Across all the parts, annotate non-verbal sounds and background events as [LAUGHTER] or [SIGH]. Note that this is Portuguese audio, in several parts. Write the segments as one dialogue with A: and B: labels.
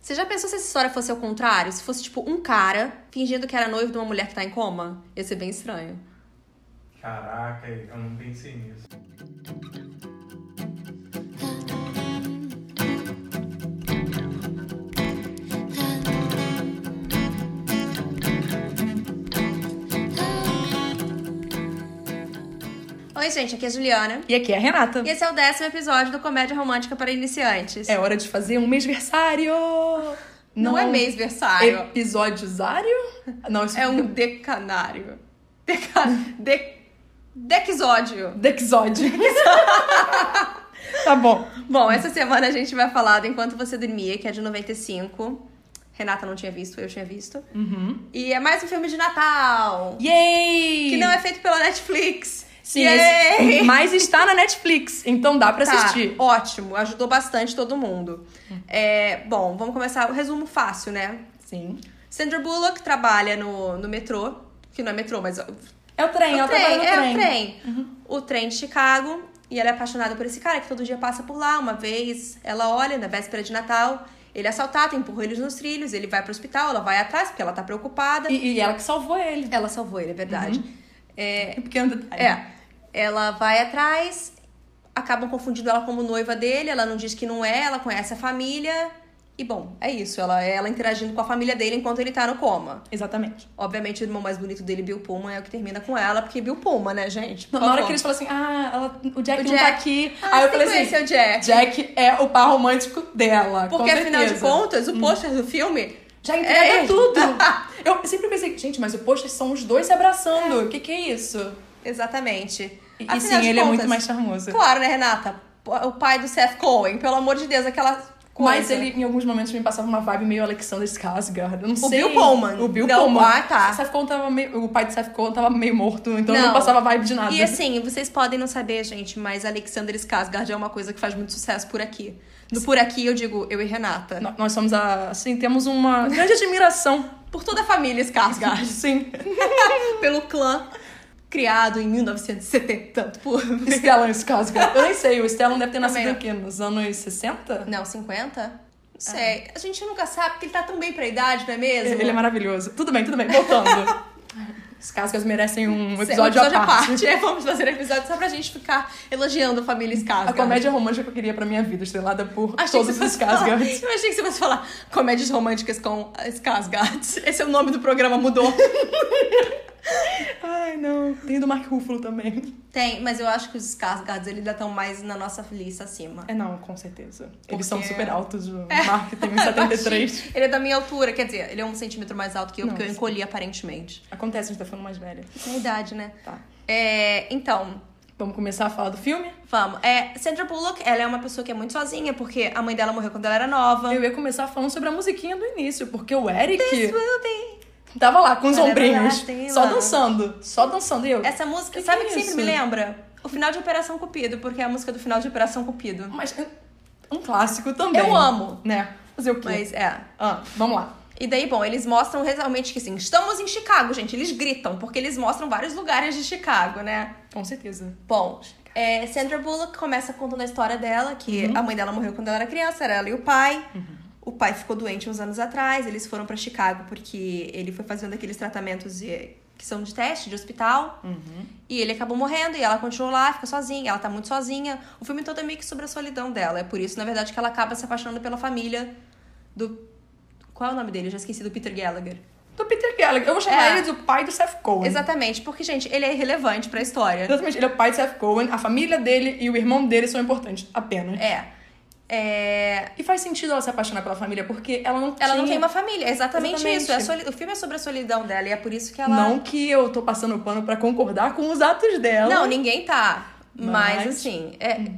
A: Você já pensou se essa história fosse ao contrário? Se fosse, tipo, um cara fingindo que era noivo de uma mulher que tá em coma? Ia ser bem estranho.
B: Caraca, eu não pensei nisso.
A: Oi, gente, aqui é a Juliana.
C: E aqui é a Renata.
A: E esse é o décimo episódio do Comédia Romântica para Iniciantes.
C: É um hora de fazer um mêsversário!
A: Não, é mêsversário.
C: Episódiosário? Não, isso
A: É
C: [LAUGHS]
A: um decanário. Deca... De... Dexódio.
C: Dexódio. tá bom.
A: Bom, essa semana a gente vai falar do Enquanto Você Dormia, que é de 95. Renata não tinha visto, eu tinha visto.
C: Uhum.
A: E é mais um filme de Natal.
C: Yay!
A: Que não é feito pela Netflix.
C: Sim,
A: Yay!
C: esse- mas está na Netflix, então dá pra
A: Tá,
C: assistir.
A: Ótimo, ajudou bastante todo mundo. É, bom, vamos começar o resumo fácil, né?
C: Sim.
A: Sandra Bullock trabalha no, no metrô, que não é metrô, mas.
C: É o trem,
A: é
C: é
A: o trem,
C: trabalho do
A: é o trem.
C: Uhum.
A: O trem de Chicago. E ela é apaixonada por esse cara que todo dia passa por lá. Uma vez ela olha, na véspera de Natal, ele é assaltado, empurra eles nos trilhos, ele vai pro hospital, ela vai atrás, porque ela tá preocupada.
C: E, Uhum. e ela que salvou ele.
A: Ela salvou ele, é verdade. É,
C: Um pequeno detalhe.
A: é. Ela vai atrás, acabam confundindo ela como noiva dele, ela não diz que não é, ela conhece a família. E bom, é isso. Ela ela interagindo com a família dele enquanto ele tá no coma.
C: Exatamente.
A: Obviamente, o irmão mais bonito dele, Bill Pullman, é o que termina com ela, porque Bill Pullman, né, gente? Por
C: Na hora
A: favor.
C: que eles falam assim, ah, ela- o Jack
A: O
C: não
A: Jack.
C: tá aqui.
A: Ah,
C: Aí eu
A: você
C: falei assim,
A: conheceu o Jack.
C: Jack é o par romântico dela.
A: Porque,
C: com
A: afinal de
C: certeza. Hum.
A: contas, o pôster do filme
C: Já entrega
A: É.
C: tudo. [LAUGHS] Eu sempre pensei, gente, mas o pôster são os dois se abraçando. O que, que é isso?
A: Exatamente.
C: E, e
A: Afinal
C: sim,
A: de
C: ele é
A: contas-
C: muito mais charmoso.
A: Claro, né, Renata? O pai do Seth Cohen, pelo amor de Deus, aquela coisa.
C: Mas ele, em alguns momentos, me passava uma vibe meio Alexander Skarsgård. Eu não
A: O
C: sei.
A: Bill Pullman.
C: O Bill
A: Não,
C: Pullman.
A: ah, tá.
C: O Seth Cohen tava meio- o pai de Seth Cohen tava meio morto, então não,
A: Não.
C: passava vibe de nada.
A: E assim, vocês podem não saber, gente, mas Alexander Skarsgård é uma coisa que faz muito sucesso por aqui. No por aqui eu digo eu e Renata.
C: No- Nós somos a... Assim, temos uma grande admiração.
A: Por toda a família
C: [LAUGHS]
A: Skarsgård,
C: Sim.
A: pelo clã criado em 1970 tanto por [LAUGHS]
C: Stellan Skarsgård. Eu nem sei, o Stellan deve ter nascido
A: Também não.
C: aqui nos anos 60?
A: Não, 50?
C: Ah.
A: Não sei. A gente nunca sabe porque ele tá tão bem pra idade, não é mesmo?
C: Ele é maravilhoso. Tudo bem, tudo
A: [LAUGHS]
C: bem. Voltando. Os Cascas merecem um
A: Um
C: episódio, à parte.
A: É, vamos fazer um episódio só pra gente ficar elogiando a família
C: A
A: Skarsgård.
C: comédia romântica que eu queria pra minha vida, estrelada por
A: Achei que
C: todos
A: você
C: os
A: fosse falar,
C: Cascas.
A: eu achei que você fosse falar comédias românticas com Skarsgård. Esse é o nome do programa, mudou.
C: Ai, não. Tem do Mark Ruffalo também.
A: Tem, mas eu acho que os Skarsgårds eles ainda estão mais na nossa lista acima.
C: É, não, com certeza.
A: Porque- É.
C: Eles são super altos. O Mark
A: [LAUGHS]
C: tem 1,73.
A: Ele é da minha altura, quer dizer, ele é um centímetro mais alto que eu, porque eu
C: Nossa.
A: encolhi aparentemente.
C: Acontece, a gente tá falando mais velha.
A: Na idade, né?
C: Tá.
A: É, então,
C: Vamos começar a falar do filme?
A: vamos. É, Sandra Bullock, ela é uma pessoa que é muito sozinha, porque a mãe dela morreu quando ela era nova.
C: Eu ia começar falando sobre a musiquinha do início, porque o Eric
A: This will be.
C: tava lá com os
A: Parará,
C: ombrinhos,
A: tem
C: só
A: lá.
C: dançando, só dançando. E eu,
A: Essa música,
C: Que que
A: sabe
C: é
A: que sempre
C: isso?
A: me lembra? O final de Operação Cupido, porque é a música do final de Operação Cupido.
C: Mas é um clássico também.
A: Eu amo.
C: Né? Fazer o quê?
A: Mas é.
C: Ah, vamos lá.
A: E daí, bom, eles mostram realmente que assim, estamos em Chicago, gente. Eles gritam, porque eles mostram vários lugares de Chicago, né?
C: Com certeza.
A: Bom, é, Sandra Bullock começa contando a história dela, que a mãe dela morreu quando ela era criança, era ela e o pai. O pai ficou doente uns anos atrás, eles foram pra Chicago porque ele foi fazendo aqueles tratamentos de- que são de teste, de hospital. E ele acabou morrendo e ela continuou lá, fica sozinha, ela tá muito sozinha. O filme todo é meio que sobre a solidão dela. É por isso, na verdade, que ela acaba se apaixonando pela família do. Qual é o nome dele? Eu já esqueci do Peter Gallagher.
C: Do Peter Gallagher. Eu vou chamar
A: É.
C: ele do pai do Seth Cohen.
A: Exatamente, porque, gente, ele é irrelevante pra
C: [LAUGHS]
A: história.
C: Exatamente. Ele é o pai do Seth Cohen, a família dele e o irmão dele são importantes apenas.
A: É. É.
C: E faz sentido ela se apaixonar pela família, porque ela não
A: Ela não tem
C: tinha-
A: uma família, é exatamente,
C: Exatamente.
A: isso. É a soli- O filme é sobre a solidão dela e é por isso que ela.
C: Não que eu tô passando pano pra concordar com os atos dela.
A: Não, ninguém tá. Mas,
C: Mas-
A: assim, é...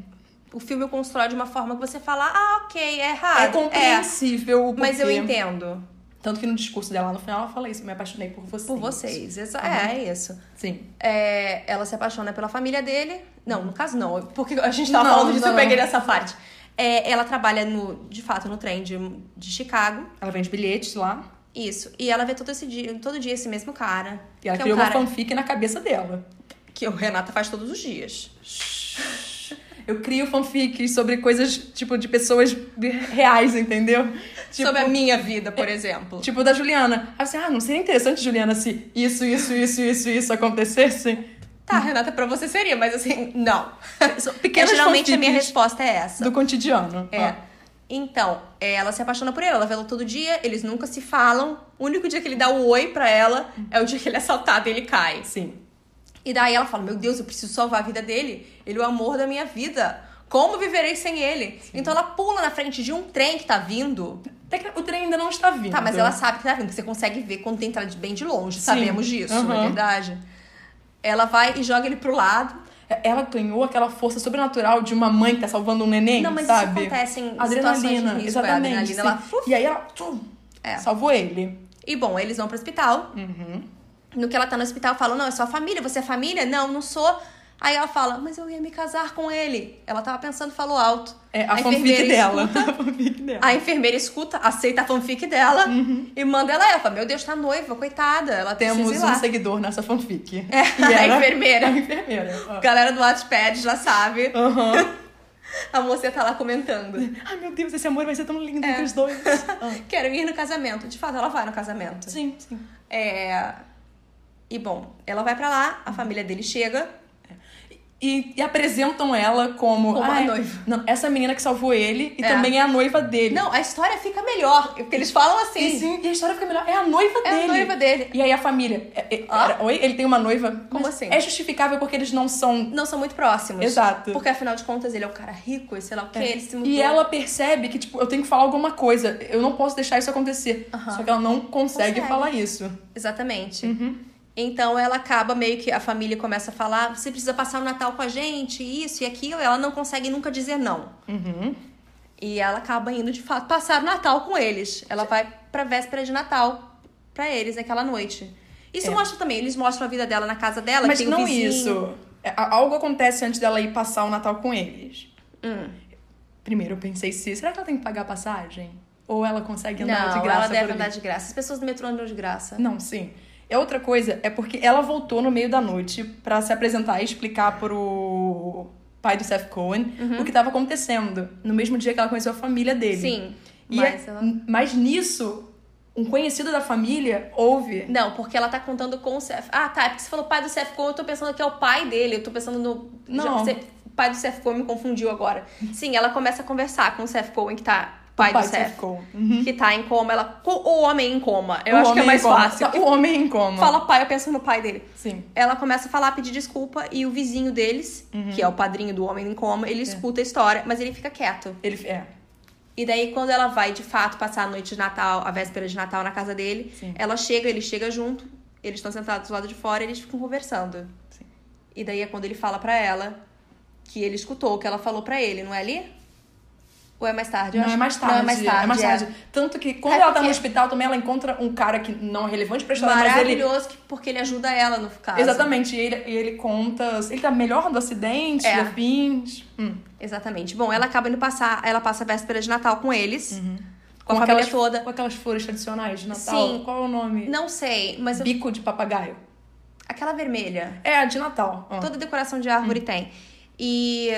A: o filme constrói de uma forma que você fala, ah, ok, é errado.
C: É compreensível o porquê.
A: É. mas eu entendo.
C: Tanto que no discurso dela lá no final ela fala isso, eu me apaixonei por você.
A: Por vocês. Exa- É, é isso.
C: Sim.
A: É, ela se apaixona pela família dele. Não, no caso não, porque a gente tava
C: Não,
A: falando disso,
C: não,
A: eu
C: não.
A: peguei nessa parte. É, ela trabalha, no, de fato, no trem de, de Chicago.
C: Ela vende bilhetes lá.
A: Isso. E ela vê todo, esse dia, todo dia esse mesmo cara.
C: E ela
A: que é
C: criou
A: um cara
C: uma fanfic na cabeça dela.
A: que o Renata faz todos os dias.
C: Eu crio fanfics sobre coisas, tipo, de pessoas reais, entendeu? Tipo-
A: sobre a minha vida, por exemplo.
C: Tipo da Juliana. Aí você, ah, não seria interessante, Juliana, se isso, isso, isso, isso, isso acontecesse?
A: Tá, Renata, pra você seria, mas assim,
C: [LAUGHS]
A: não.
C: São
A: Porque
C: pequenas
A: geralmente a minha
C: fanfics
A: resposta é essa.
C: do cotidiano.
A: É. Então, é, ela se apaixona por ele, ela vê ela todo dia, eles nunca se falam. O único dia que ele dá o oi pra ela é o dia que ele é assaltado e ele cai.
C: Ah, sim.
A: E daí ela fala: Meu Deus, eu preciso salvar a vida dele. Ele é o amor da minha vida. Como viverei sem ele? Então ela pula na frente de um trem que tá vindo.
C: Até que o trem ainda não está vindo.
A: Tá, mas ela sabe que tá vindo, que você consegue ver quando tem entrada de bem de longe.
C: Sim.
A: Sabemos disso, não é
C: Aham.
A: verdade? Ela vai e joga ele pro lado.
C: Ela ganhou aquela força sobrenatural de uma mãe que tá salvando um neném,
A: não, mas
C: sabe?
A: isso acontece em situações de
C: Adrenalina,
A: risco. é, a
C: exatamente.
A: adrenalina, ela...
C: sim. E aí ela tum,
A: É.
C: salvou ele.
A: E bom, eles vão pro hospital.
C: Uhum.
A: No que ela tá no hospital, falam: Não, é sua família, você é família? Não, não sou. Aí ela fala: Mas eu ia me casar com ele. Ela tava pensando, falou alto.
C: É a, fanfic
A: enfermeira
C: dela. [LAUGHS]
A: escuta-
C: A fanfic dela.
A: A enfermeira escuta, aceita a fanfic dela e manda ela. Ela fala: Meu Deus, tá noiva, coitada. Ela
C: Uhum. Temos
A: precisa ir
C: um
A: lá.
C: seguidor nessa fanfic.
A: É,
C: E
A: [LAUGHS]
C: era
A: a enfermeira.
C: A enfermeira. ó.
A: Galera do Wattpad já sabe.
C: Ah. Aham.
A: [LAUGHS] A moça tá lá comentando.
C: Ai, meu Deus, esse amor vai ser tão lindo
A: É.
C: entre
A: [LAUGHS]
C: os dois. Ah.
A: Quero ir no casamento. De fato, ela vai no casamento.
C: Sim, sim.
A: É... E bom, ela vai pra lá, a família dele chega.
C: E, e apresentam ela como,
A: Como a
C: "Ai,
A: noiva."
C: Não, essa menina que salvou ele e
A: É.
C: também é a noiva dele.
A: Não, a história fica melhor. Porque eles falam
C: E,
A: assim.
C: sim, e a história fica melhor. É a noiva
A: É
C: dele.
A: a noiva dele.
C: E aí a família. é- é-
A: Hã?
C: pera, oi? Ele tem uma noiva?
A: Como
C: Mas
A: assim?
C: É justificável porque eles não são. um
A: Não são muito próximos.
C: Exato. É.
A: Porque afinal de contas ele é um cara rico e sei lá o que, um ele se mudou.
C: E ela percebe que, tipo, eu tenho que falar alguma coisa. Eu não posso deixar isso acontecer.
A: Aham.
C: Só que ela não consegue,
A: Consegue.
C: falar isso.
A: Exatamente.
C: Uhum.
A: Então ela acaba meio que a família começa a falar: você precisa passar o Natal com a gente, isso e aquilo. e ela não consegue nunca dizer não.
C: Uhum.
A: E ela acaba indo de fato passar o Natal com eles. Ela vai pra véspera de Natal pra eles naquela noite. Isso mostra também, eles mostram a vida dela na casa dela,
C: É. Mas
A: que tem
C: não
A: um vizinho.
C: isso. É, a- Algo acontece antes dela ir passar o Natal com eles.
A: Hum.
C: Primeiro eu pensei se. Será que ela tem que pagar a passagem? Ou ela consegue andar
A: Não,
C: de graça?
A: ela
C: por
A: deve
C: ali?
A: andar de graça. As pessoas do metrô andam de graça.
C: Não, sim. E a outra coisa é porque ela voltou no meio da noite pra se apresentar e explicar pro pai do Seth Cohen o que tava acontecendo. No mesmo dia que ela conheceu a família dele.
A: Uhum. Sim.
C: é E
A: mas
C: é-
A: ela-
C: mas nisso, um conhecido da família ouve.
A: Não, porque ela tá contando com o Seth. Ah, tá. É porque você falou pai do Seth Cohen, eu tô pensando que é o pai dele. Eu tô pensando no.
C: Não.
A: Já- você- o pai do Seth Cohen me confundiu agora. Sim, ela começa a conversar com o Seth Cohen, que tá. Pai, do Seth.
C: Cohen. Uhum.
A: Que tá em coma. Ela. com O homem em coma. Eu
C: O
A: acho que é
C: homem
A: mais
C: em coma.
A: fácil.
C: O homem em coma.
A: Fala pai, eu penso no pai dele.
C: Sim.
A: Ela começa a falar, pedir desculpa, e o vizinho deles,
C: Uhum.
A: que é o padrinho do homem em coma,
C: É.
A: ele escuta a história, mas ele fica quieto.
C: Ele é.
A: E daí, quando ela vai de fato passar a noite de Natal, a véspera de Natal na casa dele,
C: Sim.
A: ela chega, ele chega junto, eles estão sentados do lado de fora eles ficam conversando.
C: Sim.
A: E daí é quando ele fala pra ela que ele escutou o que ela falou pra ele, não é ali? Ou é mais tarde? Eu
C: Não,
A: acho-
C: é mais tarde.
A: Não, é mais tarde. é.
C: Tanto que quando
A: É
C: ela tá no
A: porque-
C: hospital também, ela encontra um cara que não é relevante pra história, mas ele
A: Maravilhoso, que- porque ele ajuda ela no caso.
C: Exatamente, e ele, e ele conta. Ele tá melhor do acidente,
A: É.
C: afins. Hum.
A: Exatamente. Bom, ela acaba indo passar, ela passa a véspera de Natal com eles, com, a
C: aquelas-
A: família toda.
C: Uhum. Com aquelas flores tradicionais de Natal.
A: Sim.
C: Qual é o nome?
A: Não sei, mas eu-
C: Bico de papagaio.
A: aquela vermelha.
C: É, de Natal. Ah.
A: Toda decoração de árvore tem. E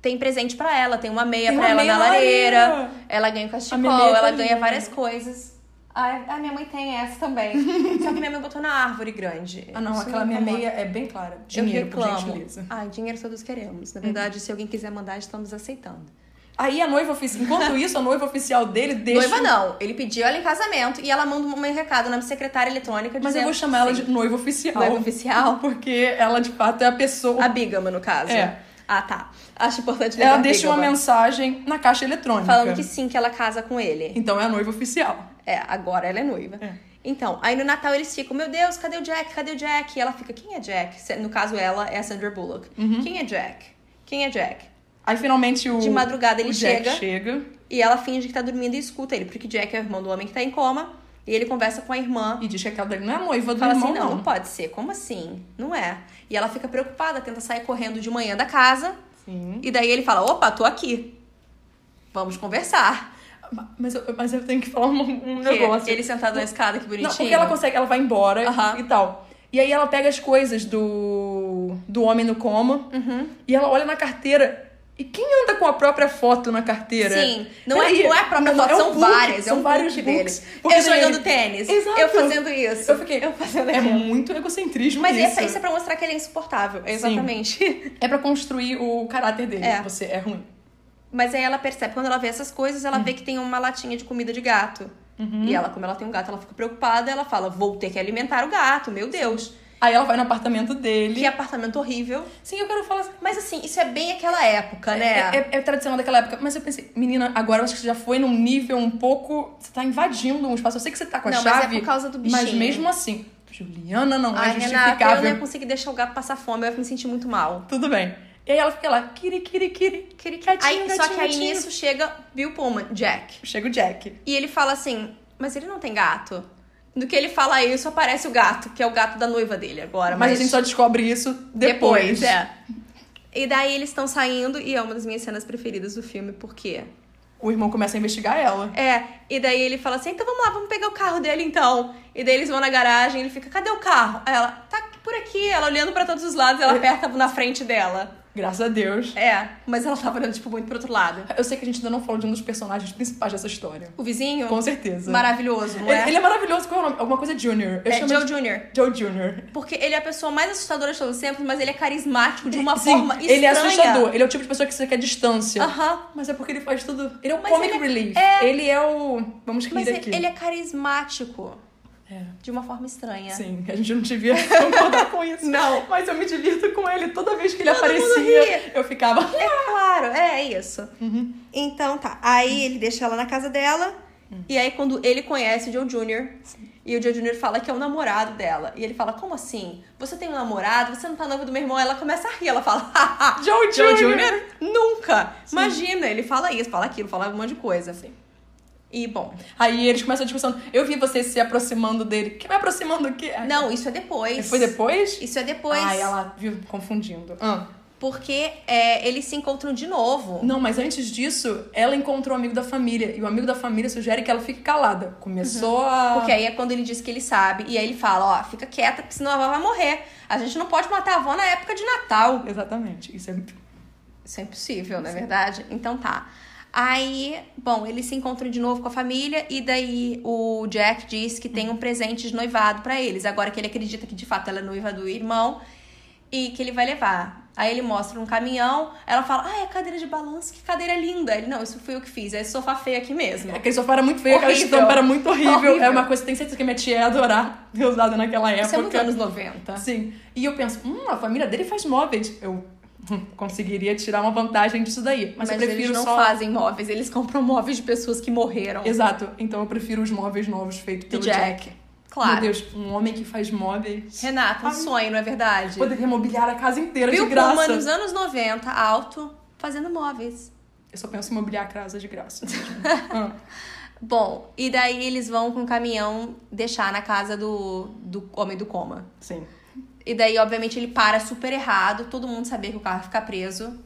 A: tem presente pra ela, tem uma meia
C: Tem
A: pra
C: uma
A: ela
C: meia
A: na
C: na
A: lareira,
C: lareira.
A: ela ganha um
C: minha
A: cachecol,
C: meia
A: ela
C: tá
A: ganha
C: linda.
A: várias coisas. Ai, A minha mãe tem essa também.
C: [LAUGHS]
A: Só que minha mãe botou na árvore grande.
C: Ah, não,
A: Isso
C: aquela
A: me
C: minha
A: incomoda.
C: meia é bem clara.
A: eu
C: Dinheiro, por
A: reclamo.
C: gentileza. Uhum.
A: Ai, dinheiro todos queremos. Na verdade, se alguém quiser mandar, estamos aceitando.
C: Aí a noiva oficial. Enquanto isso, a noiva oficial dele deixa.
A: Noiva não. Ele pediu ela em casamento e ela manda um recado na minha secretária eletrônica
C: Mas eu
A: dizendo-
C: vou chamar ela
A: Sim.
C: de noiva oficial.
A: Noiva oficial?
C: Porque ela, de fato, é a pessoa.
A: A bígama, no caso.
C: É.
A: Ah, tá. Acho importante lembrar
C: Ela deixa
A: bígama.
C: uma mensagem na caixa eletrônica.
A: Falando que sim, que ela casa com ele.
C: Então é a noiva oficial.
A: É, agora ela é noiva.
C: É.
A: Então, aí no Natal eles ficam, meu Deus, cadê o Jack? Cadê o Jack? E ela fica, quem é Jack? Se- No caso, ela é a Sandra Bullock.
C: Uhum.
A: Quem é Jack? Quem é Jack?
C: Aí finalmente o.
A: De madrugada ele
C: o Jack
A: chega.
C: chega.
A: E ela finge que tá dormindo e escuta ele, porque Jack é o irmão do homem que tá em coma. E ele conversa com a irmã.
C: E diz que aquela dele não é noiva do
A: Fala
C: irmão,
A: assim, não, não, pode ser, como assim? Não é. E ela fica preocupada, tenta sair correndo de manhã da casa.
C: Sim.
A: E daí ele fala, opa, tô aqui. Vamos conversar.
C: Mas eu, mas eu tenho que falar um, um
A: Que
C: negócio.
A: Ele sentado na escada, que bonitinho.
C: Não, porque ela consegue, ela vai embora
A: Aham.
C: e tal. E aí ela
A: Uhum.
C: pega as coisas do, do homem no coma e ela olha na carteira E quem anda com a própria foto na carteira?
A: Sim, não é,
C: Peraí,
A: não é a própria
C: não,
A: foto,
C: é um
A: são
C: book,
A: várias, é
C: são
A: um
C: vários
A: book
C: books.
A: deles.
C: Porque
A: eu
C: daí-
A: jogando tênis,
C: Exato.
A: eu fazendo isso.
C: Eu fiquei,
A: eu fazendo
C: É
A: aquilo.
C: muito egocentrismo
A: Mas
C: isso.
A: essa- isso é pra mostrar que ele é insuportável, exatamente.
C: É pra construir o caráter dele.
A: É.
C: Você é ruim.
A: Mas aí ela percebe, quando ela vê essas coisas, ela vê que tem uma latinha de comida de gato.
C: Uhum.
A: E ela, como ela tem um gato, ela fica preocupada, ela fala: vou ter que alimentar o gato, meu Deus.
C: Aí ela vai no apartamento dele.
A: Que apartamento horrível.
C: Sim, eu quero falar assim.
A: Mas assim, isso é bem aquela época, né?
C: É, é, é tradicional daquela época. Mas eu pensei, menina, agora eu acho que você já foi num nível um pouco. Você tá invadindo um espaço. Eu sei que você tá com a
A: Não, mas é
C: chave.
A: por causa do
C: Mas
A: bichinho.
C: mesmo assim, Juliana não
A: Ai,
C: é
A: Renata, eu não
C: justificável.
A: ia conseguir deixar o gato passar fome, eu ia me sentir muito mal.
C: Tudo bem. E aí ela fica lá, kiri, kiri, kiri. Kiri, gatinho,
A: Aí,
C: gatinho,
A: só que aí
C: gatinho.
A: nisso chega Bill Pullman, Jack.
C: Chega o Jack.
A: E ele fala assim: Mas ele não tem gato. No que ele fala isso, aparece o gato, que é o gato da noiva dele agora.
C: Mas, a gente só descobre isso depois.
A: é. E daí eles estão saindo, e é uma das minhas cenas preferidas do filme, porque.
C: O irmão começa a investigar ela.
A: É, e daí ele fala assim: então vamos lá, vamos pegar o carro dele então. E daí eles vão na garagem, ele fica: cadê o carro? Aí ela: tá aqui- por aqui. Ela olhando pra todos os lados,
C: É.
A: ela aperta na frente dela.
C: Graças a Deus.
A: É, mas ela tava olhando, tipo, muito pro outro lado.
C: Eu sei que a gente ainda não falou de um dos personagens principais dessa história.
A: O vizinho?
C: Com certeza.
A: Maravilhoso, não
C: Ele,
A: é?
C: ele é maravilhoso. Qual é o nome? Alguma coisa Junior. Eu
A: É,
C: chamo
A: Joe
C: de
A: Jr.
C: Joe Jr.
A: Porque ele é a pessoa mais assustadora de todos os tempos, mas ele é carismático de uma
C: Sim,
A: forma estranha.
C: Ele é assustador. Ele é o tipo de pessoa que você quer distância.
A: Aham.
C: Mas é porque ele faz tudo. Ele é o
A: Mas
C: comic
A: ele é-
C: relief.
A: é.
C: Ele é o. Vamos rir
A: Mas
C: aqui.
A: ele, ele é carismático
C: É.
A: de uma forma estranha.
C: Sim, a gente não devia [LAUGHS] concordar com isso.
A: Não.
C: Mas eu me divirto com ele. Toda vez que ele
A: Todo mundo
C: aparecia, eu ficava. [LAUGHS]
A: É claro, é isso. Então tá. Aí ele deixa ela na casa dela. E aí, quando ele conhece o Joe Jr., e o Joe Jr. fala que é o namorado dela. E ele fala: Como assim? Você tem um namorado? Você não tá noivo do meu irmão? Ela começa a rir. Ela fala: [LAUGHS] "Haha,
C: Joe
A: Joe
C: Jr.
A: Jr. Nunca! Imagina, ele fala isso, fala aquilo, fala um monte de coisa. Assim. E bom.
C: Aí eles começam a discussão. Eu vi você se aproximando dele. Que me aproximando o quê?
A: Não, isso é depois.
C: Foi depois?
A: Isso é depois.
C: Ai, ela viu confundindo. Ah.
A: Porque é, eles se encontram de novo.
C: Não, mas antes disso, ela encontrou um amigo da família. E o amigo da família sugere que ela fique calada. Começou a.
A: Porque aí é quando ele diz que ele sabe. E aí ele fala, ó, fica quieta, porque senão a avó vai morrer. A gente não pode matar a avó na época de Natal.
C: Exatamente. Isso é.
A: Isso é impossível, não é verdade? Então tá. Aí, bom, eles se encontram de novo com a família e daí o Jack diz que tem um presente de noivado pra eles. Agora que ele acredita que de fato ela é noiva do irmão e que ele vai levar. Aí ele mostra um caminhão, ela fala: "Ah, é cadeira de balanço, que cadeira linda". Ele: "Não, isso fui eu que fiz, é esse sofá feio aqui mesmo".
C: Aquele sofá era muito feio, aquela
A: Horrível.
C: estampa era muito horrível.
A: Horrível.
C: É uma coisa que tenho certeza que minha tia ia adorar ter usado naquela época.
A: Isso é muito anos 90.
C: Sim. E eu penso, hum, a família dele faz móveis. Eu [LAUGHS] hum, conseguiria tirar uma vantagem disso daí. Mas,
A: Mas,
C: eu prefiro
A: eles não
C: só.
A: fazem móveis, eles compram móveis de pessoas que morreram.
C: Exato. Então eu prefiro os móveis novos feitos
A: Do
C: pelo Jack.
A: Jack. Claro.
C: Meu Deus, um homem que faz móveis.
A: Renata, um
C: Ai.
A: sonho, não é verdade?
C: Poderia mobiliar a casa inteira
A: Bill
C: de graça.
A: Pullman nos anos 90, alto, fazendo móveis.
C: Eu só penso em mobiliar a casa de graça. Ah.
A: Bom, e daí eles vão com o caminhão deixar na casa do, do homem do coma.
C: Sim.
A: E daí, obviamente, ele para super errado, todo mundo sabia que o carro ia ficar preso.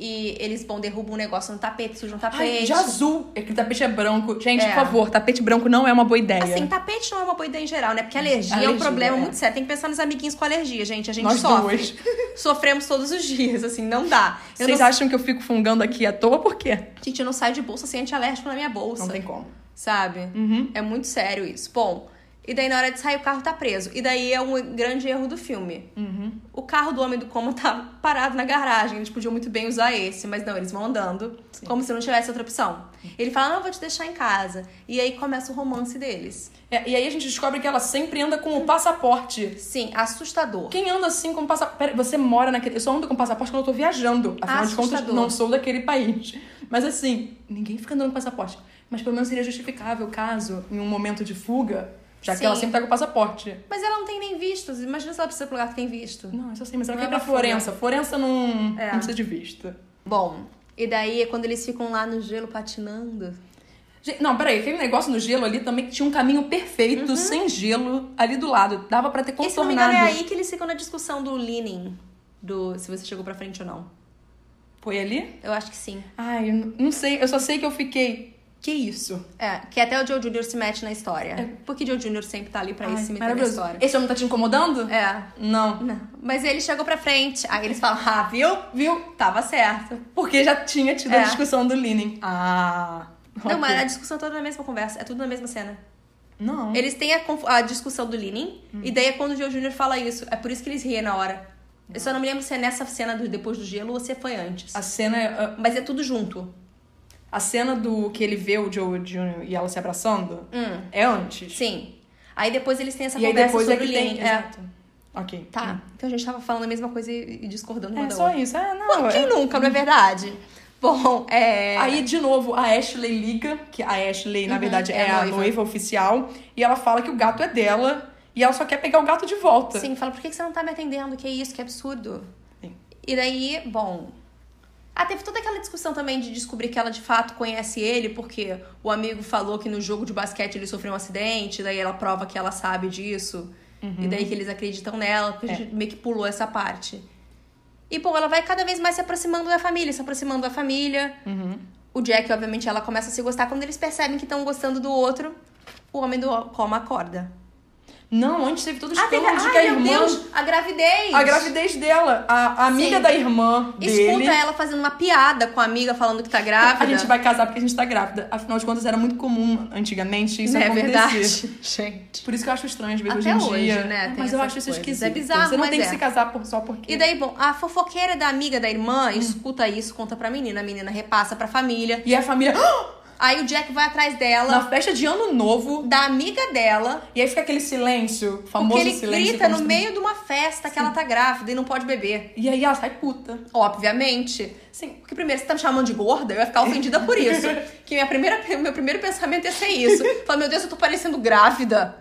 A: E eles vão derrubam um negócio no tapete, sujam um tapete.
C: Ai, de azul. Aquele tapete é branco. Gente,
A: É.
C: por favor, tapete branco não é uma boa ideia.
A: Assim, tapete não é uma boa ideia em geral, né? Porque alergia, é um
C: Alergia,
A: problema
C: é.
A: muito sério. Tem que pensar nos amiguinhos com alergia, gente. A gente
C: Nós
A: sofre.
C: duas.
A: Sofremos todos os dias, assim, não dá. Eu
C: Vocês
A: não...
C: acham que eu fico fungando aqui à toa? Por quê?
A: Gente, eu não saio de bolsa sem antialérgico na minha bolsa.
C: Não tem como.
A: Sabe?
C: Uhum.
A: É muito sério isso. Bom, e daí na hora de sair o carro tá preso. E daí é um grande erro do filme.
C: Uhum.
A: O carro do Homem do Coma tá parado na garagem. Eles podiam muito bem usar esse, mas não, eles vão andando. Como se não tivesse outra opção. Ele fala, não, eu vou te deixar em casa. E aí começa o romance deles.
C: É, e aí a gente descobre que ela sempre anda com o passaporte.
A: Sim, assustador.
C: Quem anda assim com passaporte? Pera, você mora naquele. Eu só ando com passaporte quando eu tô viajando. Afinal de contas,
A: Assustador.
C: não sou daquele país. Mas assim, ninguém fica andando com passaporte. Mas pelo menos seria justificável caso, em um momento de fuga, já que
A: Sim.
C: ela sempre tá com passaporte.
A: Mas ela não tem nem vistos. Imagina se ela precisa pra um lugar que tem visto.
C: Não, isso eu sei, mas ela
A: Não
C: quer ir
A: é
C: pra
A: pra fuga.
C: Florença. Florença não,
A: É.
C: não precisa de vista.
A: Bom, e daí é quando eles ficam lá no gelo patinando.
C: Gente, Não, peraí, aquele negócio no gelo ali também que tinha um caminho perfeito, sem gelo, ali do lado. Dava pra ter
A: Uhum. E
C: contornado.
A: se não me engano, é aí que eles ficam na discussão do leaning. Do se você chegou pra frente ou não.
C: Foi ali?
A: Eu acho que sim.
C: Ai, eu n- não sei. Eu só sei que eu fiquei. Que isso?
A: É, que até o Joe Jr. se mete na história. Porque Joe Jr. sempre tá ali pra
C: Ai,
A: isso se meter na
C: maravilhoso.
A: história.
C: Esse homem tá te incomodando?
A: É.
C: Não.
A: Não. Mas ele chegou pra frente. Aí eles falam, ah, viu?
C: Viu?
A: Tava certo.
C: Porque já tinha tido
A: É.
C: a discussão do Linen. Ah.
A: Não,
C: ok.
A: mas a discussão é toda na mesma conversa. É tudo na mesma cena.
C: Não.
A: Eles têm a, conf- a discussão do Leaning, e daí é quando o Joe Jr. fala isso. É por isso que eles riem na hora. Eu só não me lembro se é nessa cena do Depois do Gelo ou se foi antes.
C: A cena,
A: Mas é tudo junto.
C: a cena do que ele vê o Joe Jr. e ela se abraçando
A: Hum.
C: é antes.
A: Sim. Aí depois eles têm essa
C: E aí
A: conversa
C: depois é
A: sobre
C: que
A: o
C: tem.
A: Leaning. É.
C: Exato. Ok. Hum.
A: Tá. Então a gente tava falando a mesma coisa e e discordando uma
C: É
A: da
C: só
A: outra.
C: isso. É, não.
A: Pô,
C: é-
A: quem nunca, não é verdade? Bom, é.
C: Aí, de novo, a Ashley liga, que a Ashley, na
A: Uhum,
C: verdade,
A: é
C: é,
A: a
C: a
A: noiva.
C: noiva. oficial, e ela fala que o gato é dela e ela só quer pegar o gato de volta.
A: Sim, fala, por que que você não tá me atendendo? Que isso, que absurdo.
C: Sim.
A: E daí, bom. Ah, teve toda aquela discussão também de descobrir que ela de fato conhece ele, porque o amigo falou que no jogo de basquete ele sofreu um acidente, daí ela prova que ela sabe disso,
C: Uhum.
A: e daí que eles acreditam nela,
C: É.
A: porque a gente meio que pulou essa parte. E, bom, ela vai cada vez mais se aproximando da família, se aproximando da família.
C: Uhum.
A: O Jack, obviamente, ela começa a se gostar quando eles percebem que estão gostando do outro. O homem do coma acorda.
C: Não, antes teve todo o
A: Ah, teve...
C: escândalo Então, de que a
A: Ai, meu
C: irmã.
A: Deus, a gravidez!
C: A gravidez dela, a, a amiga
A: Sim.
C: da irmã
A: Escuta
C: dele.
A: ela fazendo uma piada com a amiga falando que tá
C: A
A: grávida.
C: gente vai casar porque a gente tá grávida. Afinal de contas, era muito comum antigamente isso
A: Não é
C: acontecer. [LAUGHS]
A: verdade. Gente.
C: Por isso que eu acho estranho às vezes
A: Até
C: hoje em
A: hoje,
C: dia.
A: né, tem
C: mas eu
A: essas
C: acho isso
A: coisas.
C: esquisito.
A: É bizarro,
C: Você não
A: mas
C: tem
A: é.
C: que se casar por- só porque.
A: E daí, bom, a fofoqueira da amiga da irmã escuta isso, conta pra menina. A menina repassa pra família.
C: E a família. [GASPS]
A: Aí o Jack vai atrás dela,
C: Na festa de ano novo.
A: da amiga dela,
C: E aí fica aquele silêncio, famoso
A: porque ele
C: silêncio. tá
A: grita no
C: constrangedor.
A: meio de uma festa que ela tá grávida e não pode beber.
C: E aí ela sai puta.
A: Obviamente.
C: Sim.
A: Porque primeiro, você tá me chamando de gorda, eu ia ficar ofendida por
C: [LAUGHS]
A: isso. que minha primeira, meu primeiro pensamento ia ser isso. Falar, meu Deus, eu tô parecendo grávida.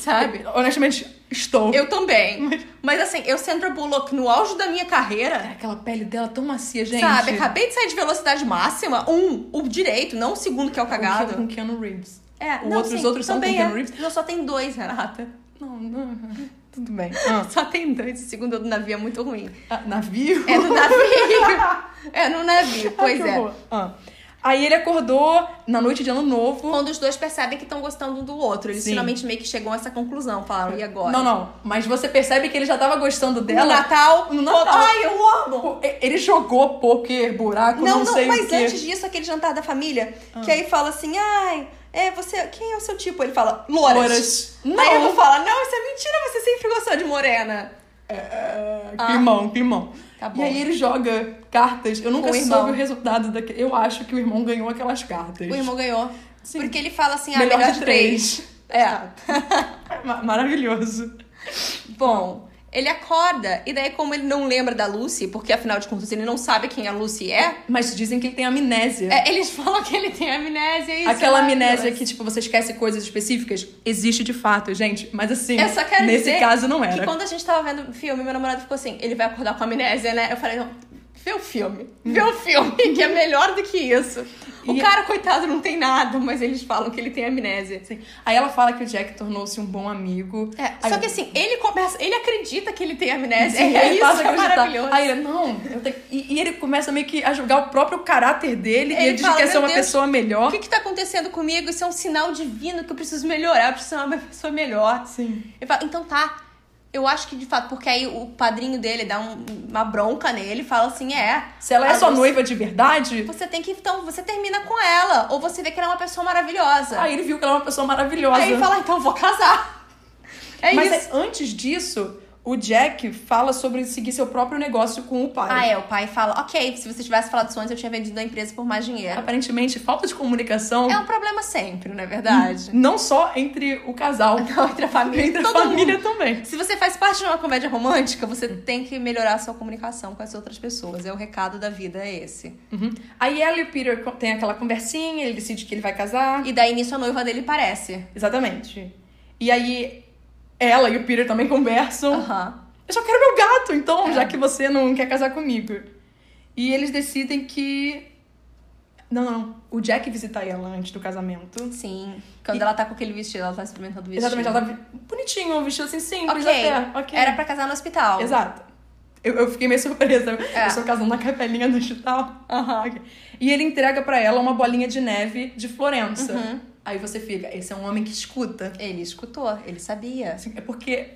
A: Sabe?
C: Honestamente, estou.
A: Eu também. Mas assim, eu Sandra Bullock no auge da minha carreira,
C: Aquela pele dela tão macia, gente.
A: sabe? Acabei de sair de velocidade máxima, um, o direito, não o segundo que é o
C: cagado.
A: cagado.
C: Com Keanu Reeves.
A: É,
C: O outro- os outros são
A: também
C: com Keanu
A: é.
C: Reeves?
A: Não, só tem dois, Renata. [LAUGHS]
C: Não, não. [LAUGHS] Ah. Tudo bem.
A: Só tem dois, o segundo é do navio é muito ruim.
C: [LAUGHS] Ah, navio?
A: É no navio. é no navio, pois
C: que
A: é.
C: horror. Ah. Aí ele acordou na noite de ano novo.
A: Quando os dois percebem que estão gostando um do outro, eles
C: Sim.
A: finalmente meio que chegam a essa conclusão, falaram, e agora?
C: Não, não. Mas você percebe que ele já tava gostando
A: No
C: dela.
A: Natal,
C: No Natal.
A: ai, eu amo!
C: Pô, e- Ele jogou poker, buraco, tá- não,
A: Não, não,
C: sei o
A: mas
C: quê. Ah.
A: antes disso, aquele jantar da família, que aí fala assim, ai, é, você, quem é o seu tipo? Ele fala, louras.
C: Louras.
A: Aí eu
C: Não.
A: vou falar, não, isso é mentira, você sempre gostou de morena.
C: Ah, Climão, climão.
A: Tá bom.
C: E aí ele joga cartas. Eu nunca
A: Com o
C: soube
A: irmão.
C: o resultado daquele. Eu acho que o irmão ganhou aquelas cartas.
A: O irmão ganhou.
C: Sim.
A: Porque ele fala assim, ah,
C: melhor, de
A: três.
C: três.
A: É.
C: Ma- Maravilhoso.
A: Bom, ele acorda, e daí como ele não lembra da Lucy, porque afinal de contas ele não sabe quem a Lucy é,
C: Mas dizem que ele tem amnésia.
A: é, eles falam que ele tem amnésia e isso
C: Aquela
A: é
C: amnésia
A: maravilhoso.
C: que, tipo, você esquece coisas específicas, existe de fato, gente. Mas assim,
A: Eu só quero
C: nesse
A: dizer
C: caso não era.
A: Que quando a gente tava vendo o filme, meu namorado ficou assim, ele vai acordar com amnésia, né? Eu falei, não, vê o filme. Vê o filme, que é melhor do que isso. O
C: E- é
A: cara, coitado, não tem nada, mas eles falam que ele tem amnésia.
C: Assim, Aí ela fala que o Jack tornou-se um bom amigo.
A: É,
C: Aí-
A: só que assim, ele começa, ele acredita que ele tem amnésia.
C: Sim,
A: é
C: ele
A: isso,
C: passa a
A: é
C: acreditar.
A: maravilhoso.
C: Aí ele, não, eu tenho... e, e ele começa meio que a julgar o próprio caráter dele
A: Ele
C: e ele diz
A: fala,
C: que quer ser
A: "Meu
C: uma
A: Deus,
C: pessoa melhor.
A: O que que tá acontecendo comigo? Isso é um sinal divino que eu preciso melhorar, eu preciso ser uma pessoa melhor.
C: Sim.
A: Ele fala, então tá. Eu acho que de fato, porque aí o padrinho dele dá um- uma bronca nele e fala assim: é.
C: Se ela é
A: a
C: sua
A: Lucy-
C: noiva de verdade,
A: Você tem que, então, você termina com ela. Ou você vê que ela é uma pessoa maravilhosa.
C: aí ele viu que ela é uma pessoa maravilhosa.
A: Aí ele fala, então vou casar. É
C: Mas
A: isso.
C: é- antes disso, o Jack fala sobre seguir seu próprio negócio com o pai.
A: Ah, é, o pai fala, ok, se você tivesse falado isso antes, eu tinha vendido a empresa por mais
C: Tá
A: dinheiro.
C: Aparentemente, falta de comunicação
A: É um problema sempre, não é verdade?
C: não só entre o casal,
A: Não, entre a família.
C: entre a
A: todo
C: família
A: mundo.
C: também.
A: Se você faz parte de uma comédia romântica, você tem que melhorar a sua comunicação com as outras pessoas. É o recado da vida, é esse.
C: Uhum. Aí ela e o Peter co- tem aquela conversinha, ele decide que ele vai casar.
A: E daí nisso a noiva dele parece.
C: Exatamente. E aí ela e o Peter também conversam.
A: Aham.
C: Eu só quero meu gato, então,
A: É.
C: já que você não quer casar comigo. E eles decidem que. Não, não, não. O Jack visita ela antes do casamento.
A: Sim. Quando
C: E-
A: ela tá com aquele vestido, ela tá experimentando o vestido.
C: Exatamente, ela tá bonitinha, um vestido assim simples
A: Ok.
C: até. ok.
A: Era pra casar no hospital.
C: Exato. Eu, eu fiquei meio [LAUGHS] surpresa.
A: É.
C: Eu sou casando na capelinha do hospital. Aham. E ele entrega pra ela uma bolinha de neve de Florença.
A: Uhum.
C: Aí você fica, esse é um homem que escuta.
A: Ele escutou, ele sabia.
C: Assim, é porque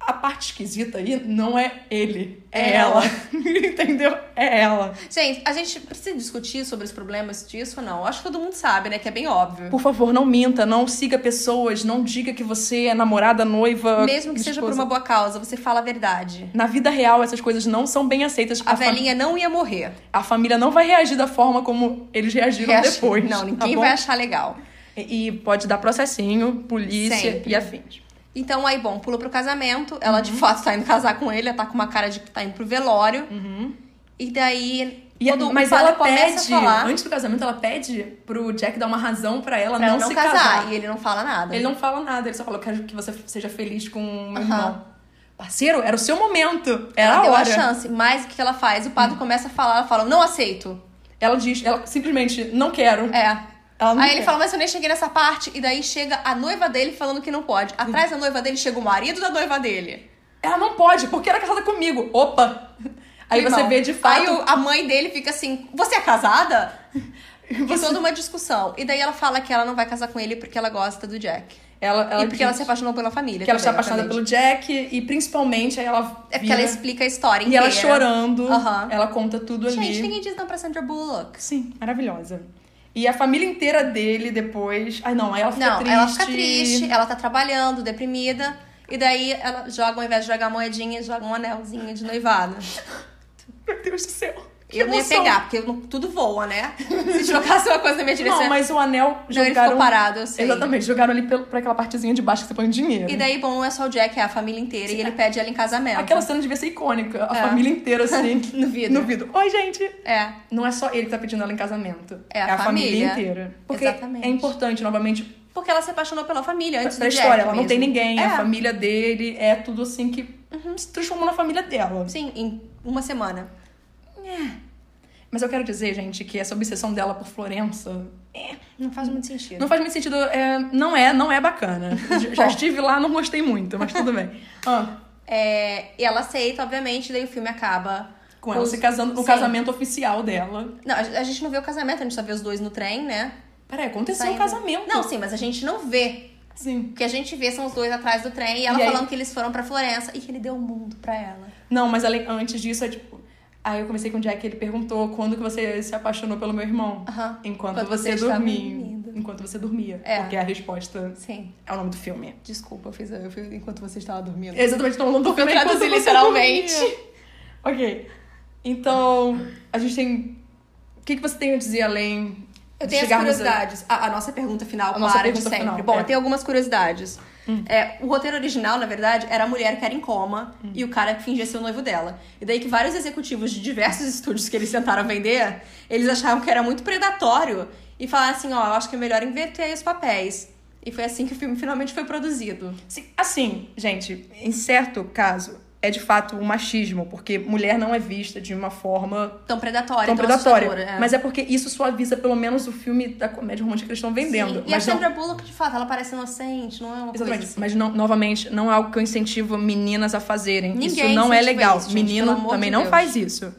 C: a parte esquisita aí não é ele, é,
A: É
C: ela. [LAUGHS] Entendeu? É ela.
A: Gente, a gente precisa discutir sobre os problemas disso ou não? Acho que todo mundo sabe, né? Que é bem óbvio.
C: Por favor, não minta, não siga pessoas, não diga que você é namorada, noiva.
A: Mesmo que seja por
C: esposa.
A: uma boa causa, você fala a verdade.
C: Na vida real, essas coisas não são bem aceitas.
A: A
C: fa-
A: velhinha não ia morrer.
C: a família não vai reagir da forma como eles reagiram
A: Reagi-
C: depois.
A: Não,
C: tá
A: ninguém
C: bom?
A: vai achar legal.
C: E e pode dar processinho, polícia
A: Sempre.
C: e afins.
A: Então, aí, bom, pula pro casamento. Ela,
C: Uhum.
A: de fato, tá indo casar com ele. Ela tá com uma cara de que tá indo pro velório.
C: Uhum.
A: E daí,
C: E
A: quando
C: mas
A: o padre
C: ela
A: começa
C: pede,
A: a falar
C: antes do casamento, ela pede pro Jack dar uma razão pra ela
A: pra
C: não,
A: ela não
C: se
A: casar.
C: casar.
A: E ele não fala nada.
C: Ele não fala nada, ele só fala: Eu quero que você seja feliz com o meu
A: Aham.
C: irmão. Parceiro, era o seu momento. Era
A: ela
C: a
A: deu a
C: hora. Uhum.
A: chance. Mas o que que ela faz? O padre começa a falar. Ela fala, não aceito.
C: Ela diz, ela simplesmente não quero.
A: É.
C: Ela não
A: Aí ele
C: quer.
A: fala, mas eu nem cheguei nessa parte. E daí chega a noiva dele falando que não pode. Atrás da noiva dele chega o marido da noiva dele.
C: Ela não pode, porque era casada comigo. Opa! Aí
A: Climão.
C: você vê de fato.
A: Aí o- a mãe dele fica assim: Você é
C: [LAUGHS]
A: casada? E toda uma discussão. E daí ela fala que ela não vai casar com ele porque ela gosta do Jack.
C: Ela, ela
A: e porque
C: diz
A: ela se apaixonou pela família.
C: que ela está
A: também,
C: apaixonada pelo
A: obviamente.
C: Jack e principalmente aí ela.
A: É porque ela
C: vira-
A: explica a história
C: E
A: inteira.
C: ela chorando,
A: Aham.
C: ela conta tudo ali.
A: Gente, ninguém diz não pra Sandra Bullock.
C: Sim, maravilhosa. E a família inteira dele depois. Ai, não, aí ela fica
A: não,
C: triste.
A: ela fica triste, ela tá trabalhando, deprimida. E daí ela joga, ao invés de jogar moedinha, joga um anelzinho de noivado.
C: Meu Deus do céu. Que
A: eu não ia
C: emoção.
A: pegar, porque eu não- tudo voa, né? Se jogasse uma coisa na minha direção.
C: Não, mas o anel
A: Não,
C: jogaram.
A: ele ficou parado, eu sei.
C: Exatamente, jogaram ali pelo, pra aquela partezinha de baixo que você põe o dinheiro.
A: E daí, bom, não é só o Jack, é a família inteira. E ele pede ela em casamento.
C: Aquela cena devia ser icônica. A
A: tá. É.
C: família inteira, assim,
A: [LAUGHS] No vidro.
C: no vidro. Oi, gente!
A: É.
C: Não é só ele que tá pedindo ela em casamento.
A: É a
C: a família,
A: família.
C: inteira. Porque
A: Exatamente.
C: é importante, novamente,
A: Porque ela se apaixonou pela família antes
C: pra
A: do
C: história.
A: Jack
C: Ela não
A: mesmo.
C: tem ninguém,
A: É. Uhum.
C: a família dele é tudo assim que se transformou na família dela.
A: Sim, em uma semana.
C: Mas eu quero dizer, gente, que essa obsessão dela por Florença
A: Não faz muito sentido.
C: não faz muito sentido. é, não é, não é bacana.
A: [LAUGHS]
C: Já estive lá, não gostei muito, mas tudo bem. Ah,
A: É, e ela aceita, obviamente, daí o filme acaba.
C: com ela
A: Os-
C: se casando, o
A: Sim.
C: casamento oficial dela.
A: Não, a, a gente não vê o casamento, a gente só vê os dois no trem, né?
C: Peraí, aconteceu o
A: Saindo.
C: é um casamento.
A: Não, sim, mas a gente não vê.
C: Sim.
A: O que a gente vê são os dois atrás do trem e ela
C: E aí-
A: falando que eles foram pra Florença e que ele deu o mundo pra ela.
C: Não, mas além, antes disso, é tipo. Aí eu comecei com o Jack, ele perguntou quando que você se apaixonou pelo meu irmão.
A: Aham.
C: Enquanto,
A: Enquanto
C: você,
A: você estava
C: dormia.
A: dormindo.
C: Enquanto você dormia.
A: É.
C: Porque a resposta
A: Sim.
C: é o nome do filme.
A: Desculpa, eu fiz, eu fiz enquanto você estava dormindo.
C: Exatamente, então eu não tô
A: eu
C: vendo enquanto
A: traduzi
C: você
A: literalmente.
C: dormia. Ok. Então, a gente tem. O que, que você tem a dizer além.
A: Eu
C: de
A: tenho as
C: chegarmos a-
A: curiosidades. A, a nossa pergunta final,
C: A
A: para
C: nossa
A: de
C: pergunta
A: sempre.
C: final,
A: Bom,
C: é. Hum.
A: eu tenho algumas curiosidades. É, o roteiro original, na verdade, era a mulher que era em coma
C: Hum.
A: e o cara que fingia ser o noivo dela. E daí que vários executivos de diversos [LAUGHS] estúdios que eles tentaram vender, eles achavam que era muito predatório e falaram assim, ó, eu acho que é melhor inverter aí os papéis. E foi assim que o filme finalmente foi produzido.
C: Sim, Assim, gente, em certo caso, é de fato um machismo, porque mulher não é vista de uma forma
A: Tão predatório,
C: tão
A: tão,
C: predatória.
A: assustadora, é.
C: Mas é porque isso suaviza pelo menos o filme da comédia romântica que eles estão vendendo.
A: Sim. E a
C: mas não-
A: Sandra Bullock, de fato, ela parece inocente, não é uma coisa
C: Exatamente.
A: assim.
C: Mas não, novamente, não é algo que eu incentivo meninas a fazerem.
A: Ninguém
C: isso não é
A: incentiva
C: legal.
A: isso, gente, pelo
C: Menino
A: amor
C: também
A: de
C: não
A: Deus.
C: faz isso.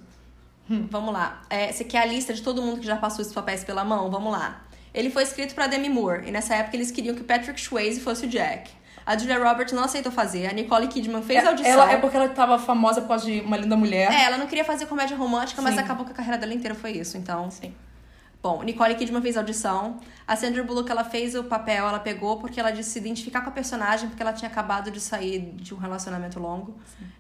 A: Vamos lá. É, você quer a lista de todo mundo que já passou esses papéis pela mão? Vamos lá. Ele foi escrito pra Demi Moore, e nessa época eles queriam que o Patrick Swayze fosse o Jack. A Julia Roberts não aceitou fazer, a Nicole Kidman fez a audição.
C: Ela é porque ela tava famosa por causa de uma linda mulher.
A: É, ela não queria fazer comédia romântica, mas
C: Sim.
A: acabou que a carreira dela inteira foi isso, então...
C: Sim.
A: Bom, Nicole Kidman fez a audição. A Sandra Bullock, ela fez o papel, ela pegou porque ela disse se identificar com a personagem, porque ela tinha acabado de sair de um relacionamento longo.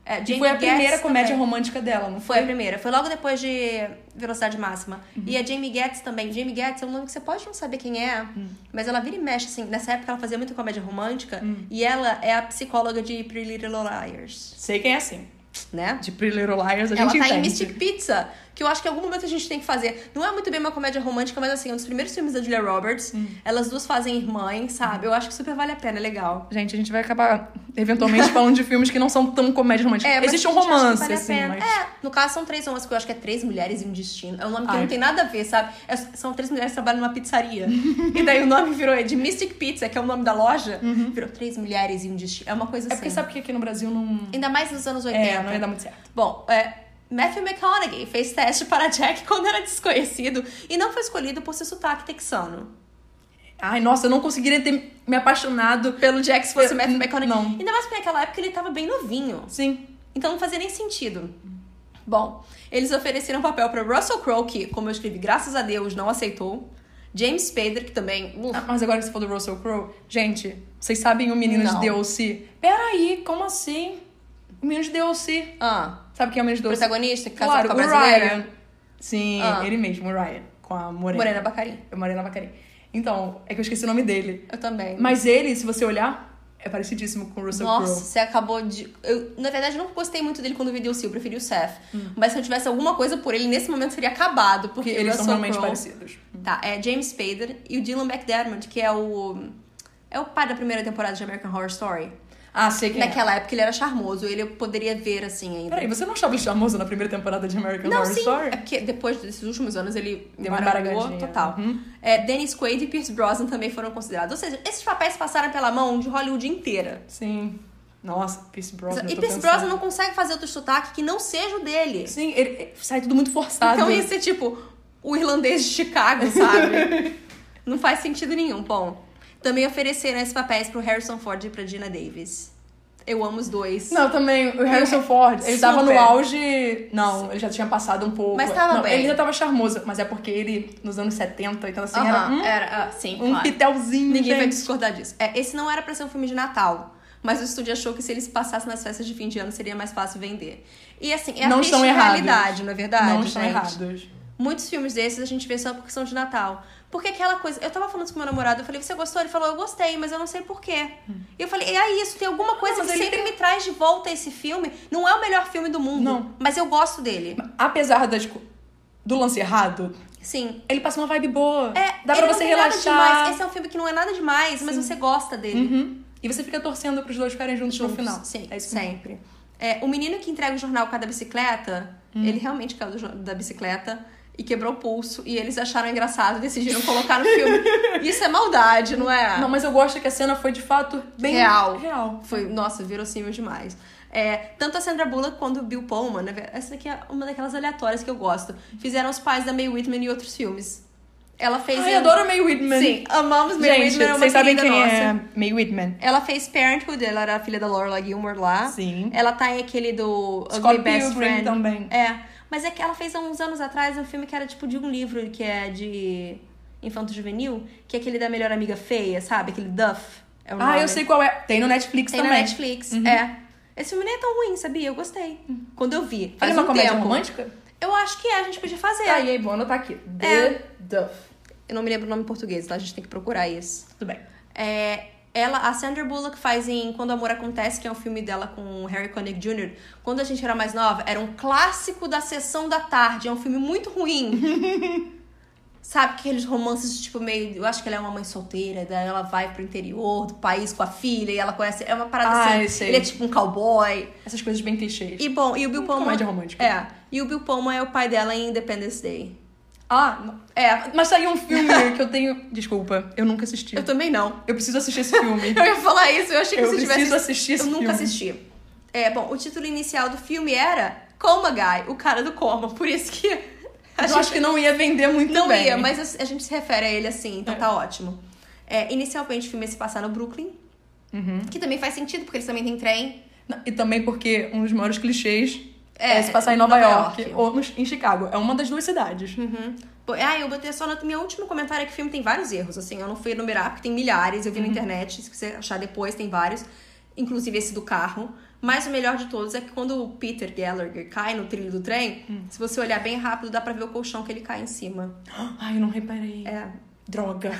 A: É,
C: E
A: Jane
C: foi a
A: Guest
C: primeira comédia
A: também.
C: romântica dela, não
A: Foi a primeira. Foi logo depois de Velocidade Máxima.
C: Uhum.
A: E a Jamie Getz também. Jamie Getz é um nome que você pode não saber quem é,
C: Uhum.
A: mas ela vira e mexe, assim. Nessa época ela fazia muita comédia romântica.
C: Uhum.
A: E ela é a psicóloga de Pretty Little Liars,
C: Sei quem é assim.
A: né?
C: De Pretty Little Liars, a
A: ela
C: gente
A: tá em
C: entende.
A: Mystic Pizza, que eu acho que em algum momento a gente tem que fazer. Não é muito bem uma comédia romântica, mas assim, é um dos primeiros filmes da Julia Roberts.
C: Uhum.
A: Elas duas fazem irmãs, sabe? Eu acho que super vale a pena, é legal.
C: Gente, a gente vai acabar eventualmente falando de filmes que não são tão comédia romântica.
A: É, mas
C: Existe um
A: a gente acha que
C: romance,
A: vale a
C: assim,
A: pena.
C: mas...
A: É, no caso são três homens, que eu acho que é Três Mulheres e um Destino. É um nome que
C: Ai.
A: não tem nada a ver, sabe? É- são três mulheres que trabalham numa pizzaria. [LAUGHS] e daí o nome virou de Mystic Pizza, que é o nome da loja, virou Três Mulheres e um Destino. É uma coisa
C: Uhum. É
A: assim.
C: porque sabe que aqui no Brasil não...
A: Ainda mais nos anos 80.
C: É, não ia dar muito certo.
A: Bom, é, Matthew McConaughey fez teste [LAUGHS] para Jack quando era desconhecido e não foi escolhido por seu sotaque texano.
C: Ai, nossa, eu não conseguiria ter me apaixonado pelo
A: Jack se fosse
C: Eu-
A: o Matthew McConaughey.
C: não.
A: Ainda mais porque naquela época ele estava bem novinho.
C: Sim.
A: Então não fazia nem sentido. Hum. Bom, eles ofereceram papel para Russell Crowe, que, como eu escrevi, graças a Deus, não aceitou. James Spader, que também... uh, uf,
C: Ah, Mas agora que você falou do Russell Crowe, gente, vocês sabem o menino
A: Não.
C: de DLC? Peraí, como assim? O menino de DLC.
A: ah,
C: Sabe quem é o menino de
A: o
C: DLC?
A: protagonista que casou
C: Claro,
A: com a
C: o
A: brasileira.
C: Ryan. Sim,
A: Ah.
C: ele mesmo, o Ryan. Com a Morena.
A: Morena Baccarin.
C: Eu Morena Bacari. Então, é que eu esqueci o nome dele.
A: Eu também.
C: Mas ele, se você olhar, é parecidíssimo com o Russell
A: Nossa,
C: Crowe.
A: você acabou de. Eu, na verdade, eu não gostei muito dele quando vi DLC, eu preferi o Seth. Mas se eu tivesse alguma coisa por ele, nesse momento seria acabado, porque
C: Hum. Porque
A: Russell
C: eles são realmente
A: Crowe-
C: parecidos. Hum.
A: Tá, é James Spader e o Dylan McDermott, que é o. É o pai da primeira temporada de American Horror Story.
C: Ah, sei quem é.
A: Naquela época ele era charmoso, ele eu poderia ver assim ainda.
C: Peraí, você não achava ele charmoso na primeira temporada de American
A: não,
C: Horror
A: sim.
C: Story?
A: É porque depois desses últimos anos ele
C: Deu uma Uhum.
A: embaragou
C: embaragadinha.
A: total. É, Dennis Quaid e Pierce Brosnan também foram considerados. Ou seja, esses papéis passaram pela mão de Hollywood inteira.
C: Sim. Nossa, Pierce Brosnan. eu
A: E
C: tô
A: Pierce
C: pensando.
A: Brosnan não consegue fazer outro sotaque que não seja o dele.
C: Sim, ele ele- sai tudo muito forçado.
A: Então isso é tipo o irlandês de Chicago,
C: [LAUGHS]
A: sabe? não faz sentido nenhum. Bom, também ofereceram esses papéis pro Harrison Ford e pra Gina Davis. Eu amo os dois.
C: Não, também, o Harrison Ford, ele tava no
A: Super.
C: auge. Não, ele já tinha passado um pouco.
A: Mas tava
C: não,
A: bem.
C: Ele ainda tava charmoso, mas é porque ele, nos anos 70, então assim, era
A: Aham,
C: um,
A: era, ah, sim,
C: um
A: claro.
C: pitelzinho.
A: Ninguém vai
C: gente.
A: discordar disso. É, esse não era pra ser um filme de Natal, mas o estúdio achou que se eles passassem nas festas de fim de ano seria mais fácil vender. E assim, é a
C: Não estão errados.
A: realidade, não é verdade?
C: Não estão
A: gente?
C: errados.
A: Muitos filmes desses a gente vê só porque são de Natal. Porque aquela coisa. Eu tava falando isso com meu namorado, eu falei, você gostou? Ele falou, eu gostei, mas eu não sei porquê. E eu falei, é isso, tem alguma coisa
C: Hum. mas
A: que
C: ele
A: sempre me traz de volta esse filme. Não é o melhor filme do mundo,
C: Não.
A: mas eu gosto dele.
C: Apesar das, co- do lance errado,
A: Sim. É,
C: ele passa uma vibe boa. Dá
A: Ele não
C: pra você
A: tem nada demais.
C: relaxar.
A: Esse é um filme que não é nada demais, mas você gosta dele.
C: Uhum. E você fica torcendo pros dois ficarem juntos, no final.
A: Sim,
C: É isso mesmo.
A: sempre. É, o menino que entrega o jornal com a da bicicleta,
C: Hum.
A: ele realmente caiu do jo- da bicicleta e quebrou o pulso. E eles acharam engraçado e decidiram colocar no filme.
C: [LAUGHS]
A: Isso é maldade, não é?
C: Não, mas eu gosto que a cena foi de fato bem
A: Real.
C: real.
A: Foi, nossa, verossímil demais. É, tanto a Sandra Bullock quanto o Bill Pullman, né, essa daqui é uma daquelas aleatórias que eu gosto. Fizeram os pais da May Whitman e outros filmes. Ela fez.
C: Ai, eu adoro May Whitman.
A: Sim, amamos May
C: Gente,
A: Whitman, é uma
C: vocês sabem
A: querida
C: quem
A: nossa.
C: é May Whitman?
A: Ela fez Parenthood, ela era a filha da Laura Gilmore lá.
C: Sim.
A: Ela tá em aquele do Ugly
C: Scott
A: Best
C: Pilgrim
A: Friend.
C: também.
A: É. Mas é que ela fez há uns anos atrás um filme que era tipo de um livro que é de infanto juvenil, que é aquele da melhor amiga feia, sabe? Aquele Duff. É o
C: Ah,
A: nome.
C: eu sei qual é. Tem no Netflix
A: Tem na
C: também.
A: Netflix.
C: Uhum.
A: É. Esse filme nem é tão ruim, sabia? Eu gostei. Quando eu vi. Faz
C: Faz é uma
A: um
C: comédia
A: tempo.
C: romântica?
A: Eu acho que é, a gente podia fazer.
C: Tá, e aí, bom, anotar aqui. The
A: É.
C: Duff.
A: Eu não me lembro o nome em português, tá? A gente tem que procurar isso.
C: Tudo bem.
A: É, ela, a Sandra Bullock faz em Quando o Amor Acontece, que é um filme dela com o Harry Connick Jr. Quando a gente era mais nova, era um clássico da sessão da tarde. É um filme muito ruim.
C: [LAUGHS]
A: Sabe aqueles romances, tipo, meio. Eu acho que ela é uma mãe solteira, daí ela vai pro interior do país com a filha e ela conhece. É uma parada
C: Ah, eu
A: assim.
C: sei.
A: Ele é tipo um cowboy.
C: Essas coisas bem clichês.
A: E bom, e o Bill Pullman.
C: comédia romântica.
A: É. E o Bill Pullman é o pai dela em Independence Day.
C: Ah, não.
A: É.
C: mas saiu
A: [LAUGHS]
C: um filme que eu tenho... Desculpa, eu nunca assisti.
A: Eu também não.
C: Eu preciso assistir esse
A: [LAUGHS]
C: filme.
A: Eu ia falar isso, eu achei que
C: Eu
A: você tivesse.
C: preciso assistir esse
A: Eu nunca
C: filme.
A: assisti. É, bom, o título inicial do filme era Coma Guy, o cara do coma. [LAUGHS] Por isso que. a
C: Eu acho que não ia vender muito
A: não
C: bem.
A: ia, mas a a gente se refere a ele assim, então tá ótimo. É, inicialmente o filme ia se passar no Brooklyn,
C: Uhum.
A: que também faz sentido, porque eles também têm trem.
C: Não, E também porque um dos maiores clichês
A: É,
C: é, se passar em
A: Nova
C: Nova, York,
A: York.
C: ou nos- em Chicago. É uma das duas cidades.
A: Pô, Ah, eu botei só no meu último comentário é que o filme tem vários erros, assim, eu não fui enumerar porque tem milhares, eu
C: Uhum.
A: vi na internet, se você achar depois tem vários, inclusive esse do carro. Mas o melhor de todos é que quando o Peter Gallagher cai no trilho do
C: Hum.
A: trem, se você olhar bem rápido, dá pra ver o colchão que ele cai em cima.
C: Ai, eu não reparei.
A: É.
C: Droga.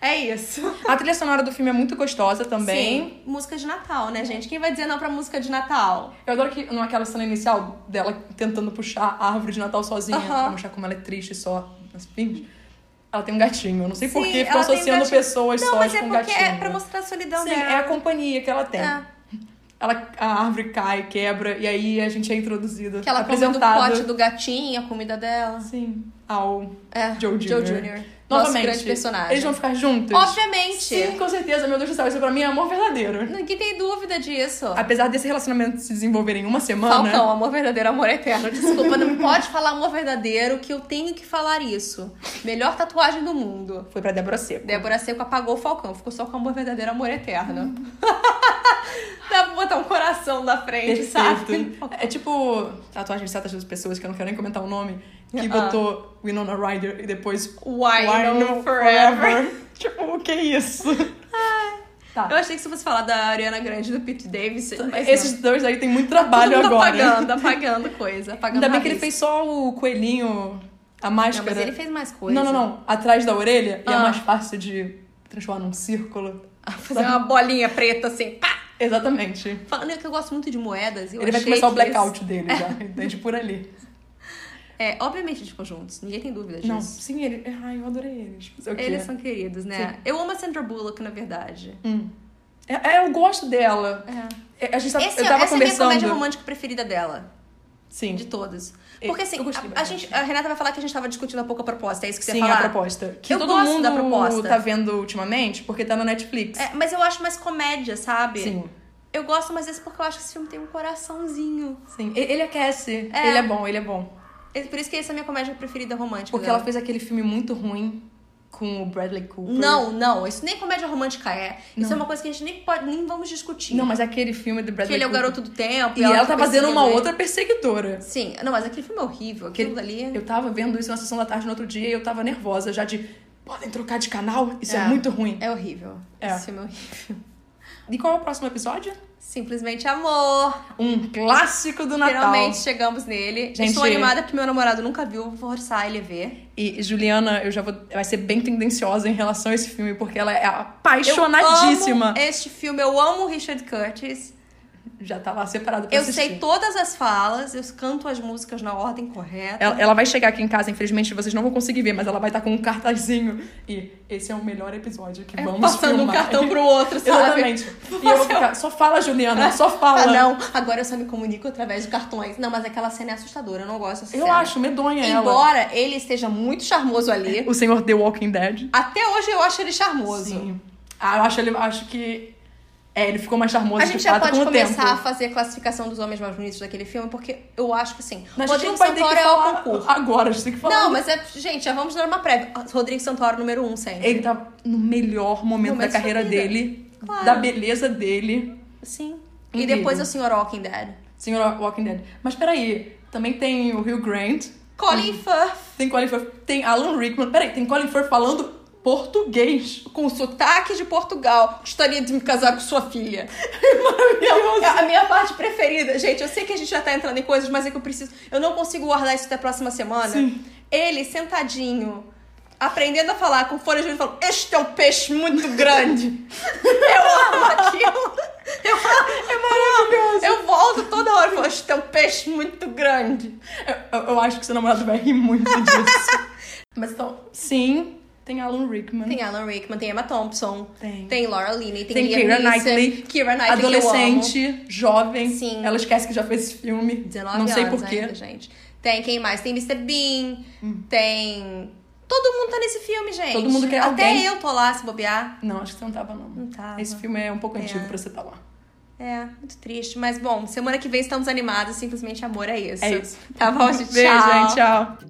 A: É isso.
C: A trilha sonora do filme é muito gostosa também.
A: Sim, música de Natal, né, gente? Quem vai dizer não pra música de Natal?
C: Eu adoro que naquela cena inicial dela tentando puxar a árvore de Natal sozinha,
A: Aham.
C: pra mostrar como ela é triste só nas fins. Ela tem um gatinho. Eu não sei por
A: Sim,
C: que ficam
A: ela tem
C: associando
A: gatinho.
C: pessoas
A: não,
C: sós
A: mas é
C: com
A: porque
C: gatinho.
A: é pra mostrar a solidão
C: Sim,
A: dela.
C: é a companhia que ela tem.
A: É.
C: Ela, a árvore cai, quebra, e aí a gente é introduzida.
A: Que ela come do
C: apresentada.
A: pote do gatinho, a comida dela.
C: Sim. Ao
A: É,
C: Joe Jr.
A: Joe Jr. Nosso
C: Novamente.
A: grande personagem.
C: Eles vão ficar juntos?
A: Obviamente.
C: Sim, com certeza. Meu Deus do céu, isso pra mim é amor verdadeiro.
A: Ninguém tem dúvida disso.
C: Apesar desse relacionamento se desenvolver em uma semana.
A: Falcão, amor verdadeiro, amor eterno. Desculpa,
C: [LAUGHS]
A: não pode falar amor verdadeiro que eu tenho que falar isso. Melhor tatuagem do mundo.
C: Foi pra Débora Seco.
A: Débora Seco apagou o Falcão, ficou só com amor verdadeiro, amor
C: [LAUGHS]
A: eterno. Dá pra botar um coração na frente, sabe?
C: Perfeito. É tipo tatuagem de certas pessoas que eu não quero nem comentar o nome, que
A: Ah.
C: botou Winona Ryder e depois
A: Why,
C: Wynonna
A: no forever.
C: [LAUGHS] tipo, o que é isso? Tá.
A: Eu achei que você fosse falar da Ariana Grande e do Pete Davis, mas
C: Esses dois aí tem muito trabalho
A: não. Todo mundo tá
C: agora.
A: apagando, apagando coisa. Apagando
C: Ainda bem que ele
A: rabisco.
C: fez só o coelhinho, a
A: Não,
C: máscara.
A: mas ele fez mais coisa.
C: não, não, não. Atrás da orelha e é
A: Ah.
C: mais fácil de transformar num círculo.
A: Fazer uma bolinha preta assim, pá!
C: Exatamente.
A: Falando né, que eu gosto muito de moedas. Eu
C: ele vai
A: achei
C: começar o
A: que
C: blackout dele
A: [LAUGHS]
C: já. Entende? Por ali.
A: eles- É, obviamente eles ficam juntos, ninguém tem dúvida disso.
C: Não, sim, ele. Ai, eu adorei eles. Fazer o quê?
A: Eles são queridos, né? Eu amo a Sandra Bullock, na verdade.
C: Hum. É, é, eu gosto dela. É, A gente tava,
A: Esse-
C: eu tava
A: essa é a
C: conversando.
A: minha comédia romântica preferida dela,
C: Sim.
A: de todas.
C: Eu-
A: Porque assim,
C: eu gostei
A: a, a
C: bastante.
A: gente, a Renata vai falar que a gente tava discutindo há pouco a proposta, é isso que você
C: Sim,
A: ia falar?
C: a proposta. Que
A: Eu
C: todo
A: gosto
C: mundo
A: da proposta.
C: tá vendo ultimamente, porque tá na Netflix.
A: É, mas eu acho mais comédia, sabe?
C: Sim.
A: Eu gosto mais desse porque eu acho que esse filme tem um coraçãozinho.
C: Sim. E- Ele aquece.
A: É.
C: Ele é bom, ele é bom.
A: É Por isso que essa é a minha comédia preferida romântica.
C: Porque
A: dela.
C: ela fez aquele filme muito ruim com o Bradley Cooper.
A: Não, não, isso nem comédia romântica é. Isso
C: Não.
A: é uma coisa que a gente nem pode, nem vamos discutir.
C: Não, mas aquele filme do
A: Porque
C: Bradley
A: ele é o
C: Cooper.
A: garoto do tempo.
C: E ela tá
A: fica
C: fazendo uma
A: perseguindo ele.
C: outra perseguidora.
A: Sim, não, mas aquele filme é horrível. Aquilo dali.
C: Eu tava vendo isso na sessão da tarde no outro dia e eu tava nervosa já de. Podem trocar de canal? Isso é,
A: É.
C: muito ruim.
A: É horrível.
C: É.
A: Esse filme é horrível.
C: E qual é o próximo episódio?
A: Simplesmente amor.
C: Um clássico do Natal.
A: Finalmente chegamos nele.
C: Gente-
A: Estou animada porque meu namorado nunca viu. Vou forçar ele a ver.
C: E Juliana, eu já vou. Vai ser bem tendenciosa em relação a esse filme, porque ela é
A: Eu
C: apaixonadíssima.
A: amo este filme. Eu amo o Richard Curtis.
C: Já tá lá separada pra
A: Eu
C: assistir.
A: sei todas as falas. Eu canto as músicas na ordem correta.
C: Ela, ela vai chegar aqui em casa, infelizmente vocês não vão conseguir ver, mas ela vai estar com um cartazinho. E esse é o melhor episódio que
A: É,
C: vamos
A: passando
C: filmar.
A: um cartão
C: [LAUGHS]
A: pro outro, sabe?
C: Exatamente. E eu vou ficar, só fala, Juliana, é só fala.
A: Ah, não, agora eu só me comunico através de cartões. Não, mas aquela cena é assustadora, eu não gosto dessa
C: Eu
A: cena.
C: acho, medonha ela.
A: Embora ele esteja muito charmoso
C: [LAUGHS]
A: ali,
C: O senhor The Walking Dead.
A: até hoje eu acho ele charmoso.
C: Sim. Ah, eu acho, ele, acho que. É, ele ficou mais charmoso
A: A
C: de
A: gente já
C: fato
A: pode
C: com o
A: começar a
C: tempo.
A: fazer a classificação dos homens mais bonitos daquele filme, porque eu acho que assim,
C: Mas a gente
A: Rodrigo
C: não vai ter que
A: Santoro é o
C: falar
A: concurso.
C: agora, a gente tem que falar.
A: Não, mas é, gente, já vamos dar uma prévia. Rodrigo Santoro, número um, sempre.
C: Ele tá no melhor momento
A: Momento
C: da carreira
A: da vida.
C: dele,
A: Claro.
C: da beleza dele.
A: Sim. E
C: Incrível.
A: depois é o Sr. Walking Dead.
C: Senhor Walking Dead. Mas peraí, também tem o Hugh Grant,
A: Colin
C: Uhum.
A: Firth,
C: tem Colin Firth, tem Alan Rickman. Peraí, tem Colin Firth falando português.
A: com sotaque de Portugal. Gostaria de me casar com sua
C: [LAUGHS]
A: filha.
C: Maravilhoso.
A: É A minha parte preferida, gente, eu sei que a gente já tá entrando em coisas, mas é que eu preciso. Eu não consigo guardar isso até a próxima semana.
C: Sim.
A: Ele sentadinho, aprendendo a falar com folha de vidro, falando: Este é um peixe muito
C: [LAUGHS]
A: grande. eu amo aquilo. Eu amo. É maravilhoso. Eu volto toda hora e falo: Este é um peixe muito grande.
C: Eu, eu- eu acho que seu namorado vai rir muito disso.
A: [LAUGHS]
C: mas então, sim, tem Alan Rickman.
A: Tem Alan Rickman, tem Emma Thompson,
C: Tem.
A: tem Laura Linney, tem,
C: Tem
A: Liam
C: Keira
A: Neeson,
C: Knightley,
A: Keira Knightley, Que eu amo.
C: Adolescente, jovem.
A: Sim.
C: Ela esquece que já fez esse filme.
A: 19
C: Não sei
A: anos
C: porquê.
A: ainda, gente. Tem quem mais? Tem Mr. Bean, tem. Todo mundo tá nesse filme, gente.
C: Hum. Todo mundo quer
A: Até
C: alguém.
A: eu tô lá se bobear.
C: Não, acho que você não tava, não. Não
A: tava.
C: Esse filme é um pouco
A: É.
C: antigo pra você estar lá.
A: É, muito triste. Mas bom, semana que vem estamos animados. Simplesmente amor é isso.
C: É isso.
A: Tá bom, gente.
C: [LAUGHS] Beijo,
A: tchau.
C: gente. Tchau.